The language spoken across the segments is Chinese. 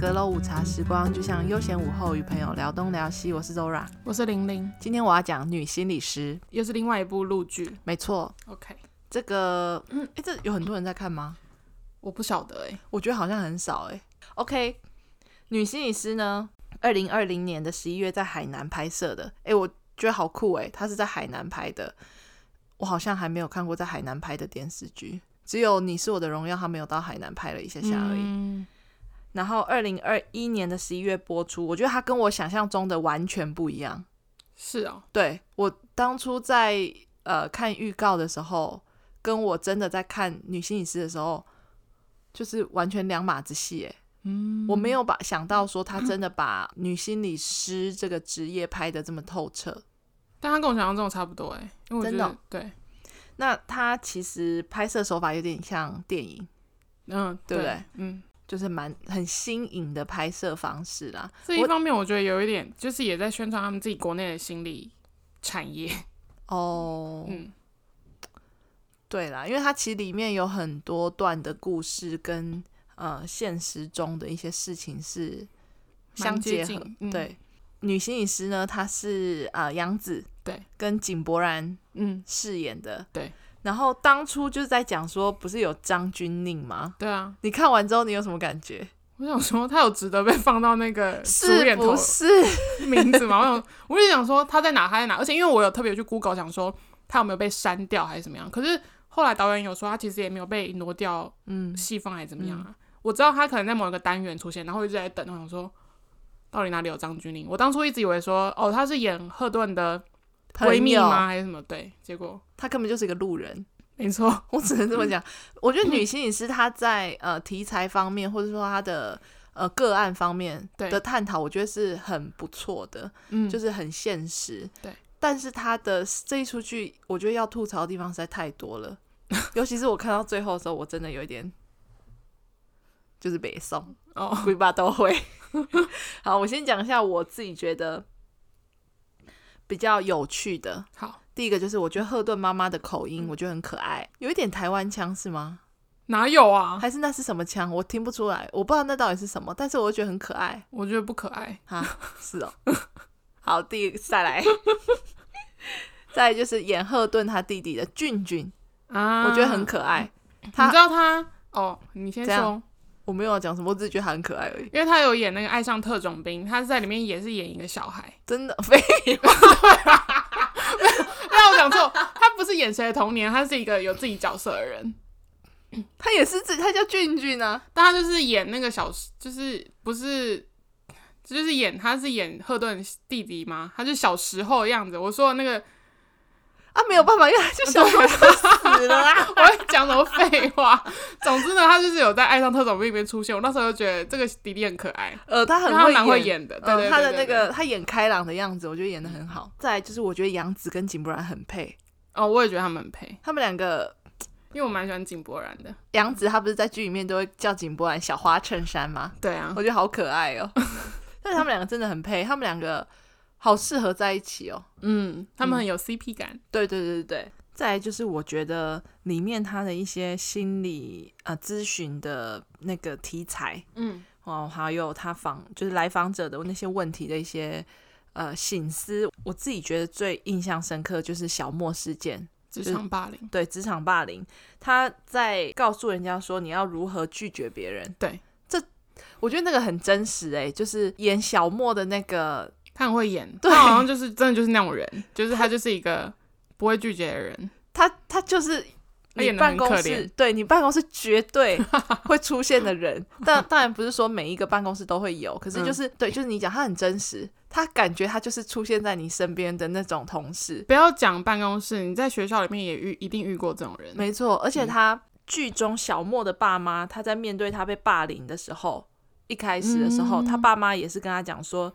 Hello，午茶时光就像悠闲午后，与朋友聊东聊西。我是 Zora，我是玲玲，今天我要讲女心理师。又是另外一部陆剧。没错， OK，这个，嗯，诶，这有很多人在看吗？我不晓得哎、我觉得好像很少诶。OK，女心理师呢，二零二零年的十一月在海南拍摄的。诶，我觉得好酷诶，它是在海南拍的。我好像还没有看过在海南拍的电视剧，只有《你是我的荣耀》，他没有到海南拍了一下下而已。嗯然后二零二一年的十一月播出，我觉得它跟我想象中的完全不一样。是哦，对我当初在呃看预告的时候，跟我真的在看女心理师的时候，就是完全两码子戏诶，嗯，我没有把想到说他真的把女心理师这个职业拍得这么透彻。但他跟我想象中的差不多哎、因为我觉真的得、哦对，那他其实拍摄手法有点像电影，嗯，对不对嗯，就是蛮很新颖的拍摄方式啦。这一方面我觉得有一点，就是也在宣传他们自己国内的心理产业。哦，嗯，对啦，因为它其实里面有很多段的故事跟呃现实中的一些事情是相蛮接结合近。嗯对，女心理师呢，她是啊杨、紫，对，跟井柏然嗯，饰演的。对，然后当初就是在讲说，不是有张钧甯吗？对啊，你看完之后，你有什么感觉？我想说他有值得被放到那个主 是演头不是？名字嘛，我想，我就想说他在哪，他在哪，而且因为我有特别去 Google 想说他有没有被删掉还是怎么样，可是后来导演有说他其实也没有被挪掉嗯，戏放还是怎么样啊。我知道他可能在某一个单元出现，然后我一直在等，我想说到底哪里有张钧甯？我当初一直以为说哦他是演赫顿的闺蜜朋吗友？还是什么？对，结果她根本就是一个路人。没错，我只能这么讲。我觉得女心理师她在呃题材方面，或者说她的呃个案方面对的探讨，我觉得是很不错的， 嗯，就是是很现实。对，但是她的这一出剧，我觉得要吐槽的地方实在太多了， 尤其是我看到最后的时候，我真的有一点。就是北宋，哦，鬼爸都会。 好，我先讲一下我自己觉得比较有趣的。好，嗯第一个就是，我觉得赫顿妈妈的口音，我觉得很可爱，有一点台湾腔，是吗？哪有啊？还是那是什么枪？我听不出来，我不知道那到底是什么，但是我觉得很可爱我觉得不可爱，哈。是哦， 好，第一再来， 再来就是演赫顿他弟弟的俊俊，啊，我觉得很可爱。你他知道他哦，你先怎样说。我没有讲什么，我只是觉得他很可爱而已。因为他有演那个《爱上特种兵》，他在里面也是演一个小孩。 真的， 非那我讲错，他不是演谁的童年，他是一个有自己角色的人，他也是自，他叫俊俊啊。但他就是演那个小，就是不是，就是演他是演赫顿弟弟吗？他是小时候的样子。我说的那个，啊，没有办法，因为他就小时候就死了啊。我会讲什么废话？总之呢，他就是有在《爱上特种兵》里面出现。我那时候就觉得这个弟弟很可爱，呃，他很因为他蛮会会演。演的。对对嗯，对他的对那对个他演开朗的样子，我觉得演的很好。再来就是，我觉得杨紫跟井柏然很配，哦，我也觉得他们很配，他们两个因为我蛮喜欢井柏然的。杨紫她不是在剧里面都会叫井柏然小花衬衫吗？对啊，我觉得好可爱哦。 但是他们两个真的很配，他们两个好适合在一起哦。嗯，他们很有 CP 感。对对对对对。再来就是我觉得里面他的一些心理呃咨询的那个题材嗯哦，还有他访就是来访者的那些问题的一些呃醒思，我自己觉得最印象深刻就是小莫事件。职场霸凌。对职场霸凌，他在告诉人家说你要如何拒绝别人。对，这我觉得那个很真实诶、就是演小莫的那个，他很会演，对他好像就是真的就是那种人，就是他就是一个不会拒绝的人。他他就是他你演得办很公可室怜对你办公室绝 对会出现的人，但当然不是说每一个办公室都会有，可是嗯就是、对，就是你讲他很真实，他感觉他就是出现在你身边的那种同事，不要讲办公室，你在学校里面也遇一定遇过这种人。没错，而且他、剧中小莫的爸妈，他在面对他被霸凌的时候，一开始的时候，嗯他爸妈也是跟他讲说，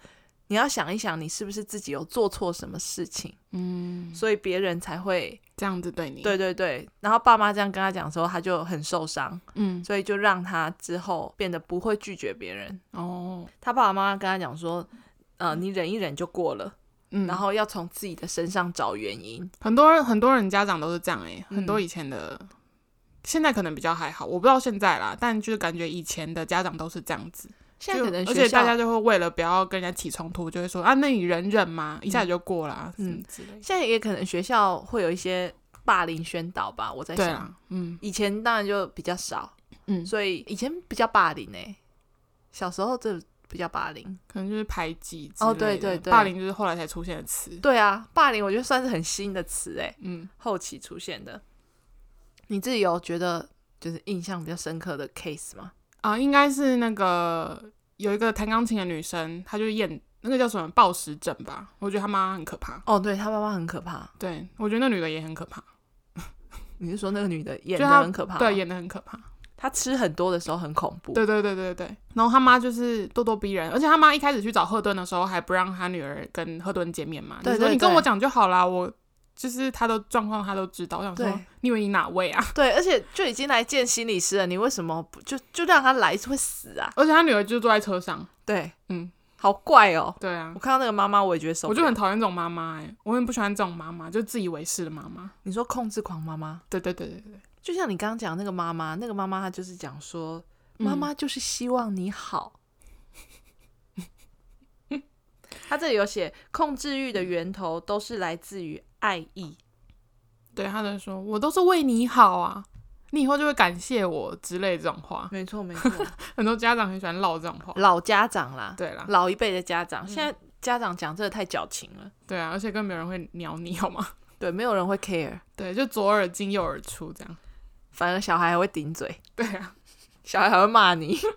你要想一想，你是不是自己有做错什么事情，嗯，所以别人才会这样子对你，对，对对。然后爸妈这样跟他讲的时候，他就很受伤，嗯，所以就让他之后变得不会拒绝别人。哦，他爸爸妈妈跟他讲说，呃，你忍一忍就过了，嗯，然后要从自己的身上找原因。很多人很多人家长都是这样诶、嗯很多以前的。现在可能比较还好，我不知道现在啦，但就是感觉以前的家长都是这样子，现在可能就而学且大校家就会为了不要跟人家起冲突，就会说啊，那你忍忍嘛，一下子就过了、啊，嗯嗯之类的。现在也可能学校会有一些霸凌宣导吧，我在对想。啊，嗯以前当然就比较少，嗯，所以以前比较霸凌哎、小时候这比较霸凌。可能就是排挤之哦类的对对对霸凌就是后来才出现的词。对啊，霸凌我觉得算是很新的词哎、嗯，后期出现的。你自己有觉得就是印象比较深刻的 case 吗？啊，应该是那个有一个弹钢琴的女生，她就厌那个叫什么暴食症吧，我觉得她妈很可怕。哦，对他妈妈很可怕。对，我觉得那女的也很可怕，你是说那个女的演就的她很可怕吗？对，演的很可怕。她吃很多的时候很恐怖。对对对对对。然后他妈就是咄咄逼人，而且他妈一开始去找赫顿的时候，还不让他女儿跟赫顿见面嘛，对就说对你跟对我讲就好啦，我就是他都状况他都知道。我想说对，你以为你哪位啊？ 对，而且就已经来见心理师了，你为什么不就就让他来会死啊？而且他女儿就坐在车上，对，嗯，好怪哦。对啊我。看到那个妈妈，我也觉得受不我了。就很讨厌这种妈妈、欸，我很不喜欢这种妈妈，就自以为是的妈妈。你说控制狂妈妈，对对对对对，就像你刚刚讲那个妈妈，那个妈妈她就是讲说，嗯妈妈就是希望你好。 她这里有写，控制欲的源头都是来自于爱意。对他就说：“我都是为你好啊，你以后就会感谢我之类这种话。没错，没错，” 很多家长很喜欢唠这种话。老家长啦，对啦，老一辈的家长，现在家长讲这个太矫情了，对啊，而且更没有人会鸟你，好吗？ 对，没有人会 care，对，就左耳进右耳出这样。反而小孩还会顶嘴。对啊，小孩还会骂你。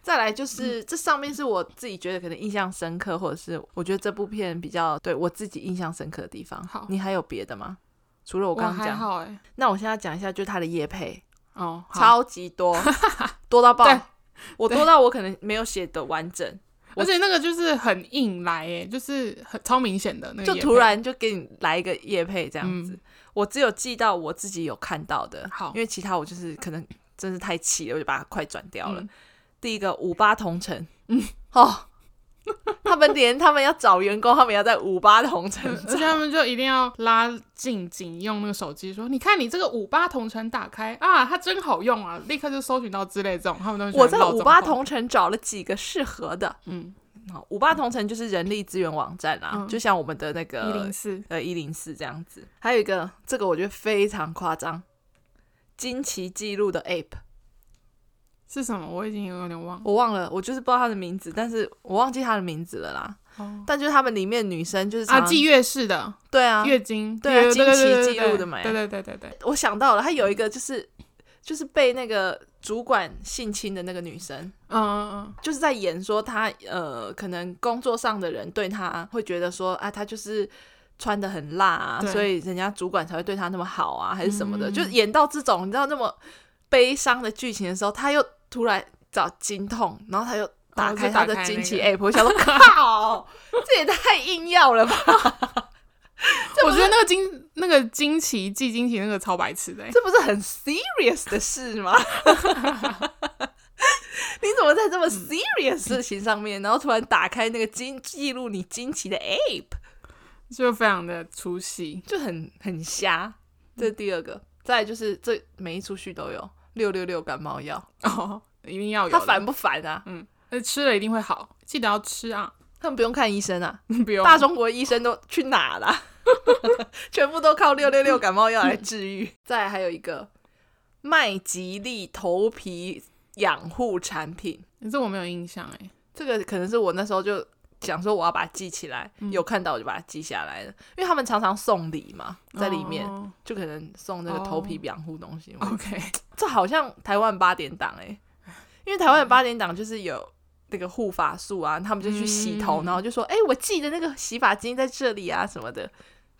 再来就是这上面是我自己觉得可能印象深刻，或者是我觉得这部片比较对我自己印象深刻的地方。好你还有别的吗？除了我我刚刚还讲，好哎、那我现在讲一下，就是他的业配哦，好，超级多，多到爆 对，我多到我可能没有写的完整，我而且那个就是很硬来哎、就是很超明显的那个就也突配然就给你来一个业配这样子。嗯我只有记到我自己有看到的，好因为其他我就是可能真是太气了，我就把它快转掉了。嗯第一个五八同城， 嗯，哦，他们连他们要找员工，他们也要在五八同城而 且他们就一定要拉近景，用那个手机说：“你看你这个五八同城打开啊，它真好用啊！”立刻就搜寻到之类这种，他们都很喜我欢在唠这五种八话同城找了几个适合的，嗯好五八同城就是人力资源网站啦，嗯就像我们的那一个零四呃一零四这样子。还有一个，这个我觉得非常夸张，惊奇记录的 app，是什么？我已经有点忘了。我忘了，我就是不知道它的名字，但是我忘记它的名字了啦。哦但就是他们里面女生就是啊，常季月式的对啊，月经，对啊对经对期对对对记对录的嘛对对对对对，我想到了，她有一个就是就是被那个主管性侵的那个女生，嗯 嗯就是在演说她呃，可能工作上的人对她会觉得说啊，她就是。穿的很辣啊，对所以人家主管才会对她那么好啊，还是什么的，嗯就演到这种你知道那么悲伤的剧情的时候，她又突然找经痛，然后她又打开哦就她打的开经那期个 app，、我想说 靠，这也太硬要了吧？ 嗯，我觉得那个经那个经期季经期那个超白痴的欸，这不是很 serious 的事吗？ 你怎么在嗯这么 serious 的事情上面，然后突然打开那个惊记录你惊奇的 app，就非常的出戏。就很很瞎。这嗯是第二个，再来就是这每一出剧都有六六六感冒药，哦，一定要有它的，烦不烦啊？呃吃了一定会好，记得要吃啊， 他们不用看医生啊，不用大中国医生都去哪啦？ 全部都靠六六六感冒药来治愈。 再来还有一个麦吉利头皮养护产品。这我没有印象哎，这个可能是我那时候就想说我要把它记起来，有看到我就把它记下来了，因为他们常常送礼嘛，在里面、嗯哦就可能送那个头皮养护东西。 我 OK， 这好像台湾八点档哎、因为台湾的八点档就是有那个护发素啊，他们就去洗头，嗯然后就说：“哎、我记得那个洗发精在这里啊什么的。”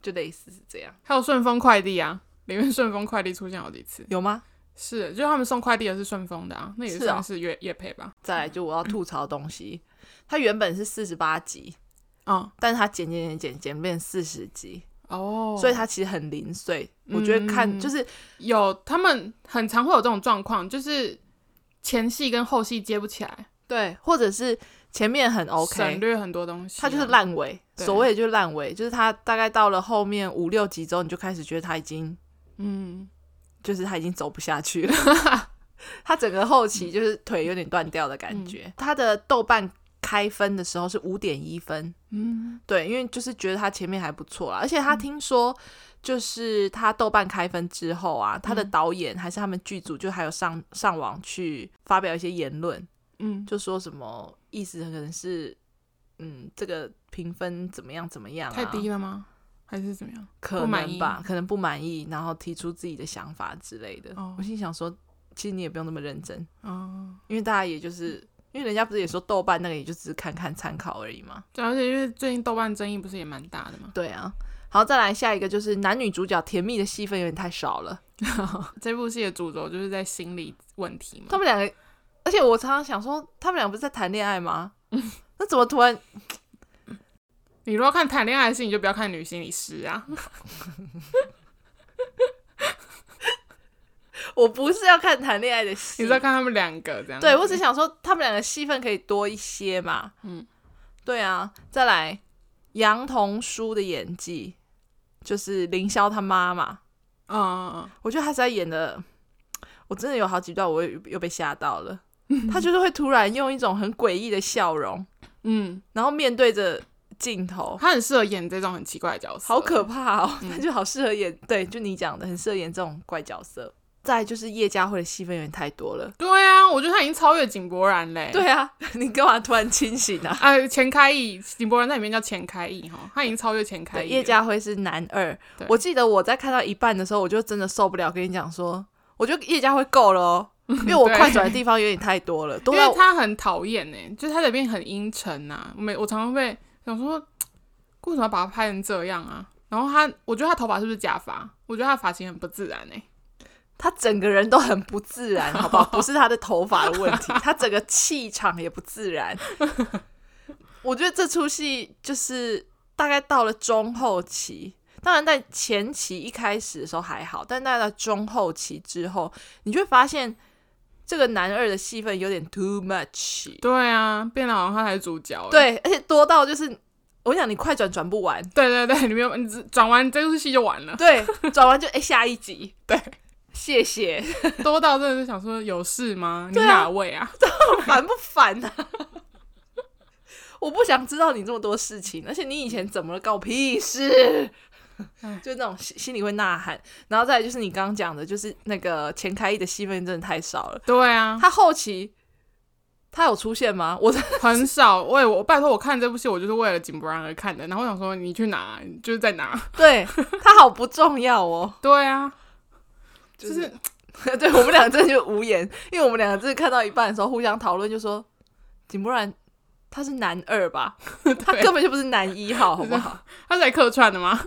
就类似是这样，还有顺丰快递啊，里面顺丰快递出现好几次，有吗？是，就他们送快递的是顺丰的啊，那也是哦算是月夜配吧，再来就我要吐槽的东西，它原本是四十八集，哦但是它剪剪剪剪剪变四十集，哦，所以它其实很零碎。我觉得看嗯就是有，他们很常会有这种状况，就是前戏跟后戏接不起来对，或者是前面很省 OK，略很多东西啊、它就是烂尾，对所谓的就是烂尾，就是它大概到了后面五六集之后，你就开始觉得它已经嗯，就是它已经走不下去了， 他整个后期就是腿有点断掉的感觉。嗯他的豆瓣开分的时候是五点一分，嗯，对，因为就是觉得他前面还不错啦，而且他听说就是他豆瓣开分之后啊，他的嗯导演还是他们剧组就还有上上网去发表一些言论，嗯，就说什么意思可能是嗯这个评分怎么样怎么样、啊，太低了吗？还是怎么样？可不满能意吧，可能不满意，然后提出自己的想法之类的。哦我心想说，其实你也不用那么认真，哦，因为大家也就是因为人家不是也说豆瓣那个也就只是看看参考而已嘛。对，而且因为最近豆瓣争议不是也蛮大的嘛，对啊，好，再来下一个就是男女主角甜蜜的戏份有点太少了，这部戏的主轴就是在心理问题嘛他。们两个，而且我常常想说，他们俩不是在谈恋爱 吗？那怎么突然你如果看谈恋爱的戏，你就不要看女心理师 啊。我不是要看谈恋爱的戏？啊你在看他们两个这样子。对我只想说，他们两个戏份可以多一些嘛。嗯，对啊。再来，杨童书的演技就是凌霄他妈嘛，嗯嗯嗯，我觉得他实在演的，我真的有好几段我又又被吓到 了。他就是会突然用一种很诡异的笑容，嗯，然后面对着镜头，他很适合演这种很奇怪的角色，好可怕哦！嗯他就好适合演，对，就你讲的，很适合演这种怪角色。再来就是叶家辉的戏份有点太多了。对啊，我觉得他已经超越井柏然嘞。，对啊， 你干嘛突然清醒啊？啊，钱开义，井柏然在里面叫钱开义哈，他已经超越钱开对，义。叶，家辉是男二对。我记得我在看到一半的时候，我就真的受不了，跟你讲说，我觉得叶家辉够了哦，因为我快转的地方有点太多了，因多为到他很讨厌呢，就是他在里面很阴沉呐。我每我常常会想说，为什么要把他拍成这样啊？然后他，我觉得他头发是不是假发？我觉得他的发型很不自然哎。他整个人都很不自然，好不好？不是他的头发的问题，他整个气场也不自然。我觉得这出戏就是大概到了中后期。当然，在前期一开始的时候还好，但大概到中后期之后，你就会发现这个男二的戏份有点 too much。对啊，变得好像他才是主角。欸对，而且多到就是，我想你快转转不完，对对对，你没有，你只转完这部戏就完了。对，转完就哎、下一集，对，谢谢，多到真的是想说有事吗？你对啊哪位啊？烦不烦啊？我不想知道你这么多事情，而且你以前怎么了，关我屁事唉。就那种心心里会呐喊，然后再来就是你刚刚讲的，就是那个钱开义的戏份真的太少了。对啊，他后期他有出现吗？我真的很少。喂，我拜托，我看这部戏，我就是为了井柏然而看的。然后我想说，你去哪？啊你就是在哪？对他好不重要哦，对啊，就就是 是对我们俩真的就无言，因为我们两个真的看到一半的时候互相讨论，就说井柏然他是男二吧， 他根本就不是男一号，好不好？他是来客串的 吗？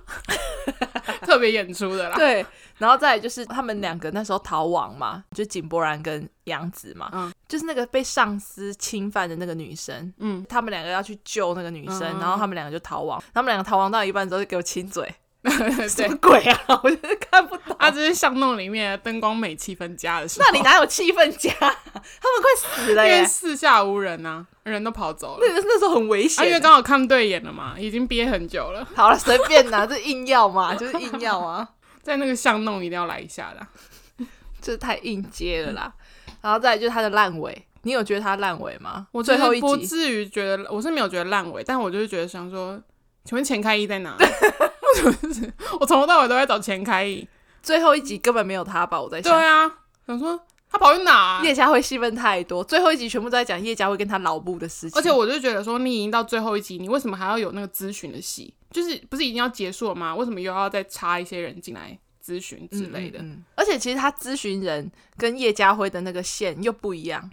特别演出的啦。对，然后再来就是他们两个那时候逃亡嘛，就井柏然跟杨紫嘛，嗯就是那个被上司侵犯的那个女生。 嗯，他们两个要去救那个女生，嗯然后他们两个就逃亡。他们两个逃亡到一半之后，就给我亲嘴，什对啊么，鬼啊！ 我就是看不懂。他只是巷弄里面的灯光美、气氛佳的时候。那你哪有气氛佳？ 他们快死了因为耶！四下无人啊，人都跑走了。那个那时候很危啊，险因耶、为刚好看对眼了嘛，已经憋很久了， 好了，随便拿，这硬要嘛，就是硬要啊， 在那个巷弄一定要来一下的。这太硬接了啦。然后再来就是他的烂尾，你有觉得他烂尾吗？我最最后后一不集，至于觉得，我是没有觉得烂尾，但我就是觉得想说，请问钱开义在哪？ 我就是我从头到尾都在找钱开义。最后一集根本没有他吧？我在对想，啊，想说他跑去哪、啊叶家辉戏份太多，最后一集全部都在讲叶家辉跟他老部的事情。而且我就觉得说，你已经到最后一集，你为什么还要有那个咨询的戏？就是不是已经要结束了吗？为什么又要再插一些人进来咨询之类的？嗯嗯嗯嗯而且其实他咨询人跟叶家辉的那个线又不一样，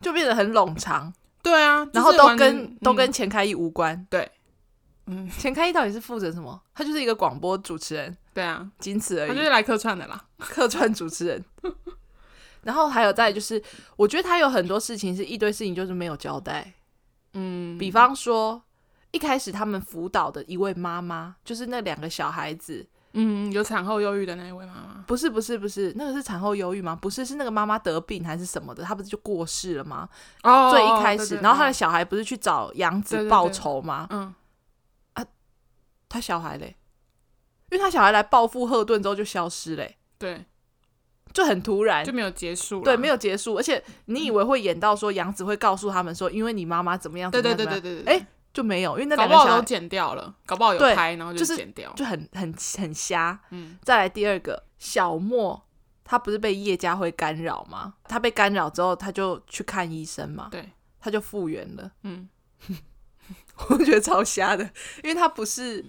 就变得很冗长，嗯对啊，然后就是都完全跟、都跟嗯钱开义无关。对，嗯，钱开义到底是负责什么？他就是一个广播主持人，对啊，仅此而他已就。是来客串的啦。客串主持人。 然后还有再来就是，我觉得他有很多事情是一堆事情就是没有交代，嗯，比方说一开始他们辅导的一位妈妈，就是那两个小孩子，嗯有产后忧郁的那一位妈妈，不是不是不是，那个是产后忧郁吗？不是，是那个妈妈得病还是什么的，她不是就过世了吗？哦最一开对始，对然后嗯他的小孩不是去找杨对对子对报仇吗？嗯，他小孩嘞，因为他小孩来报复赫顿之后就消失嘞，对，就很突然就，没有结束了。对，没有。有结束，而且你以为会演到说杨子会告诉他们说，因为你妈妈怎么样，对怎么对样对怎么样，对对哎就没有，因为那搞两个不小好都孩剪掉了，搞不好有对拍，然后就是剪掉。就很很很瞎。嗯，再来第二个，小莫他不是被叶家辉干扰吗？他被干扰之后，他就去看医生嘛，对，他就复原了。嗯， 我觉得超瞎的，因为他不是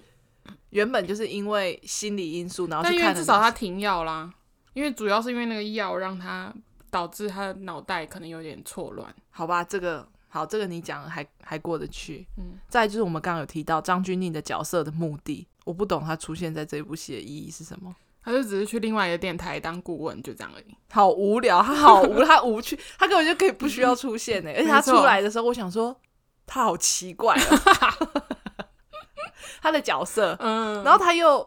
原本就是因为心理因素，然后但去因看为了至少他停药啦，因为主要是因为那个药让他导致他的脑袋可能有点错乱。好吧，这个好，这个你讲了还还过得去。嗯，再来就是我们刚刚有提到张钧甯的角色的目的，我不懂他出现在这部戏的意义是什么，他就只是去另外一个电台当顾问，就这样而已。好无聊，他好 无，他无趣，他根本就可以不需要出现欸呢。而且他没错出来的时候，我想说他好奇怪、哦， 他的角色，嗯，然后他又，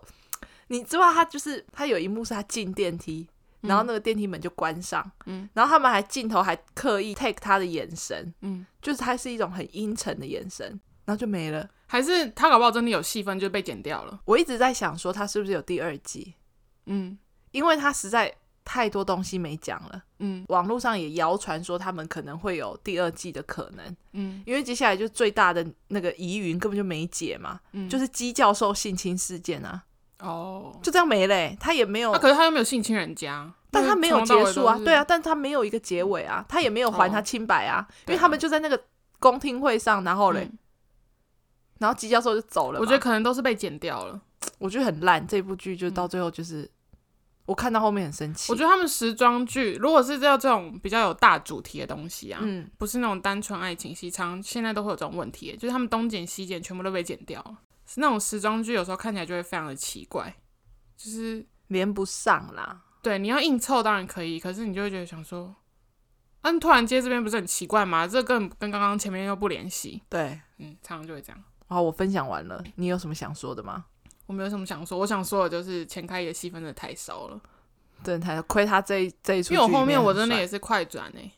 你知道他就是他有一幕是他进电梯。然后那个电梯门就关上，嗯，然后他们还镜头还刻意 take 他的眼神，嗯，就是他是一种很阴沉的眼神，然后就没了。还是他搞不好真的有戏份就被剪掉了。我一直在想说他是不是有第二季，嗯因为他实在太多东西没讲了。嗯网络上也谣传说他们可能会有第二季的可能，嗯因为接下来就最大的那个疑云根本就没解嘛，嗯，就是鸡教授性侵事件啊，哦，就这样没嘞、他也没有那、，可是他又没有性侵人家，哦但他没有结束啊，对啊。啊，但他没有一个结尾啊，他也没有还他清白啊，因哦对为啊他们就在那个公听会上，然后嘞，嗯然后鸡教授就走了嘛，我觉得可能都是被剪掉了。我觉得很烂，这部剧就到最后就是、我看到后面很生气，嗯我觉得他们时装剧如果是要这种比较有大主题的东西啊，嗯。不是那种单纯爱情戏，常现在都会有这种问题，就是他们东剪西剪全部都被剪掉了。是那种时装剧有时候看起来就会非常的奇怪，就是连不上啦。对你要硬凑当然可以，可是你就会觉得想说，嗯、突然接这边不是很奇怪吗？这跟跟刚刚前面又不联系，对，嗯，常常就会这样。好，我分享完了，你有什么想说的吗？我没有什么想说，我想说的就是钱开怡的戏份真的太少了，真的太亏他这一这一出，因为我后面我真的也，是快转哎、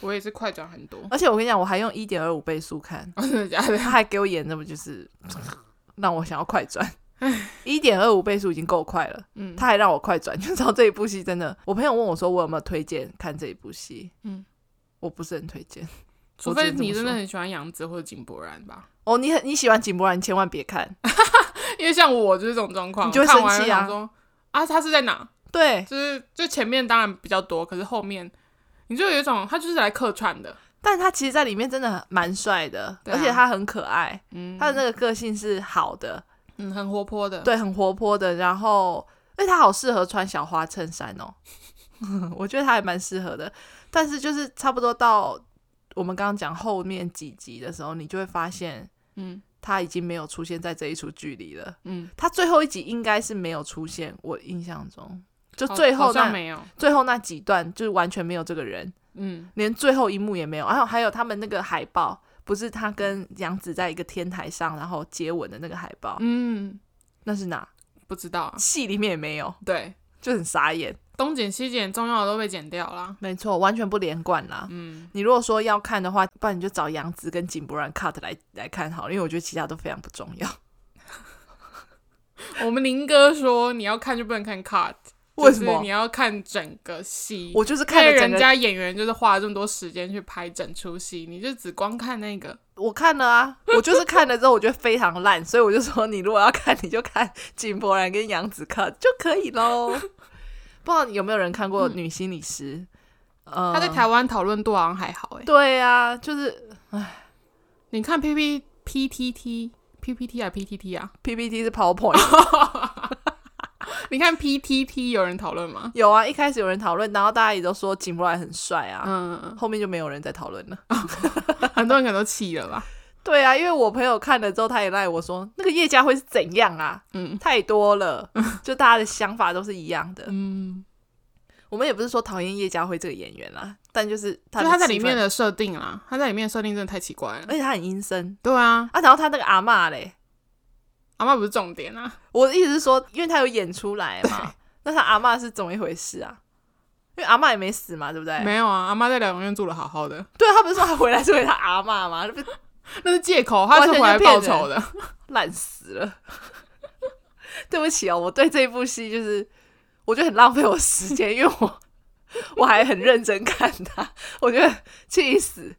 我也是快转 ，很多而且我跟你讲，我还用一点二五倍速 看，真的假的？他还给我演那么就是 让我想要快 转。一点二五倍速已经够快了，嗯，他还让我快转，就知道这一部戏真的。我朋友问我说，我有没有推荐看这一部戏？嗯，我不是很推荐。除我只非能这么你真的说很喜欢杨紫或者井柏然吧。哦，你很你喜欢井柏然，你千万别 看。因为像我就是这种状况，你就会看完生气啊想说啊，他是在哪？对，就是就前面当然比较多，可是后面你就有一种他就是来客串的，但他其实，在里面真的蛮帅的，对啊而且他很可爱，嗯，他的那个个性是好的，嗯很活泼的，，对，很活泼的。然后，哎，他好适合穿小花衬衫哦， 我觉得他还蛮适合的。但是就是差不多到我们刚刚讲后面几集的时候，你就会发现嗯他已经没有出现在这一出剧里了。嗯，他最后一集应该是没有出现，我印象中就好最后好像那没有，最后那几段就是完全没有这个人，嗯连最后一幕也没有。还有还有他们那个海报。不是他跟杨紫在一个天台上，然后接吻的那个海报，嗯，那是哪？不知道啊，戏里面也没有，对，就很傻眼。东剪西剪，重要的都被剪掉啦。没错，完全不连贯啦。嗯，你如果说要看的话，不然你就找杨紫跟井柏然 cut 来来看好了，因为我觉得其他都非常不重要。 我们林哥说你要看就不能看 cut，为什就是么你？要看整个戏，我就是看看了整人个，家演员就是花了这么多时间去拍整出戏，你就只光看那个，我看了啊，我就是看了之后我觉得非常烂，所以我就说你如果要看，你就看井柏然跟杨紫 cut 就可以喽。不知道有没有人看过《女心理师》呃，他在台湾讨论度好像还好哎、对啊，就是你看 P P P T T P P T 啊 P T T 啊， PPT 是 PowerPoint， 你看 P T T 有人讨论吗？有啊，一开始有人讨论，然后大家也都说井柏然很帅啊，嗯，后面就没有人在讨论了。很多人可能都气了吧？对啊，因为我朋友看了之后，他也赖我说那个叶家辉是怎样啊，嗯太多 了，就大家的想法都是一样的。嗯，我们也不是说讨厌叶家辉这个演员啦，但就是他就的他在气里面氛，的设定啦，他在里面的设定真的太奇怪了。而且他很阴森对啊，啊。然后他那个阿嬷嘞，阿妈不是重点啊，我的意思是说，因为他有演出来嘛，那他阿嬷是怎么一回事啊？因为阿嬷也没死嘛，对不对？没有啊，阿妈在疗养院住的好好的，对啊，他不是说他回来是为他阿嬷吗？那不是那是借口，他是回来报仇的。烂死了。 对不起哦，我对这一部戏就是我觉得很浪费我时间，因为我 我还很认真看他，我觉得气死。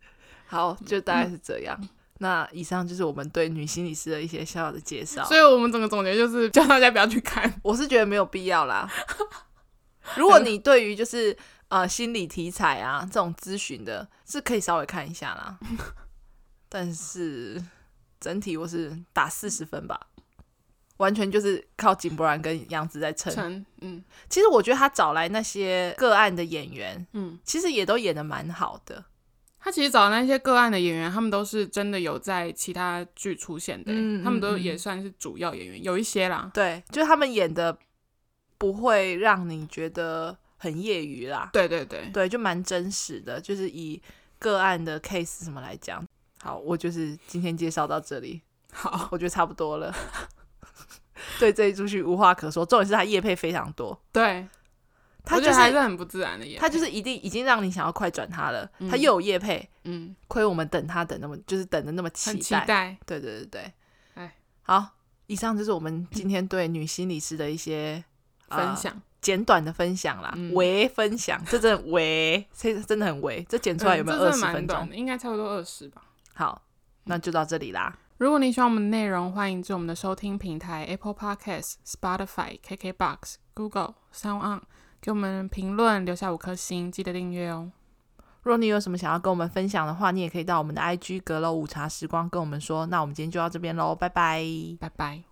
好，就大概是这样。那以上就是我们对女心理师的一些小小的介绍。所以我们整个总结就是叫大家不要去 看。我是觉得没有必要啦。 如果你对于就是呃心理题材啊这种咨询的，是可以稍微看一下啦。 但是整体我是打四十分吧，完全就是靠井柏然跟杨紫在撑。成，嗯其实我觉得他找来那些个案的演员，嗯，其实也都演的蛮好的。他其实找的那些个案的演员，他们都是真的有在其他剧出现的欸、嗯他们都嗯嗯也算是主要演员，有一些啦。对，就是他们演的不会让你觉得很业余啦，对对对，对，就蛮真实的，就是以个案的 case 什么来讲。好，我就是今天介绍到这里，好，我觉得差不多了。 对这一出剧无话可说，重点是他业配非常多，对，他我觉就得还是是很不自然的演，他就是一定已经让你想要快转他了，嗯他又有业配，嗯，亏我们等他等那么就是等的那么期很待，期待。对对对对，哎，好，以上就是我们今天对女心理师的一些、呃分享，简短的分享啦，嗯微分享，这真的微，这真的很微，这剪出来有没有嗯这二真十的蛮分钟短？的，应该差不多二十吧。好，那就到这里啦，如果你喜欢我们的内容，欢迎至我们的收听平台 Apple Podcasts、Spotify、KKBox、Google、Sound On 给我们评论，留下五颗星，记得订阅哦。若你有什么想要跟我们分享的话，你也可以到我们的 IG 阁楼午茶时光跟我们说。那我们今天就到这边喽，拜拜。拜拜。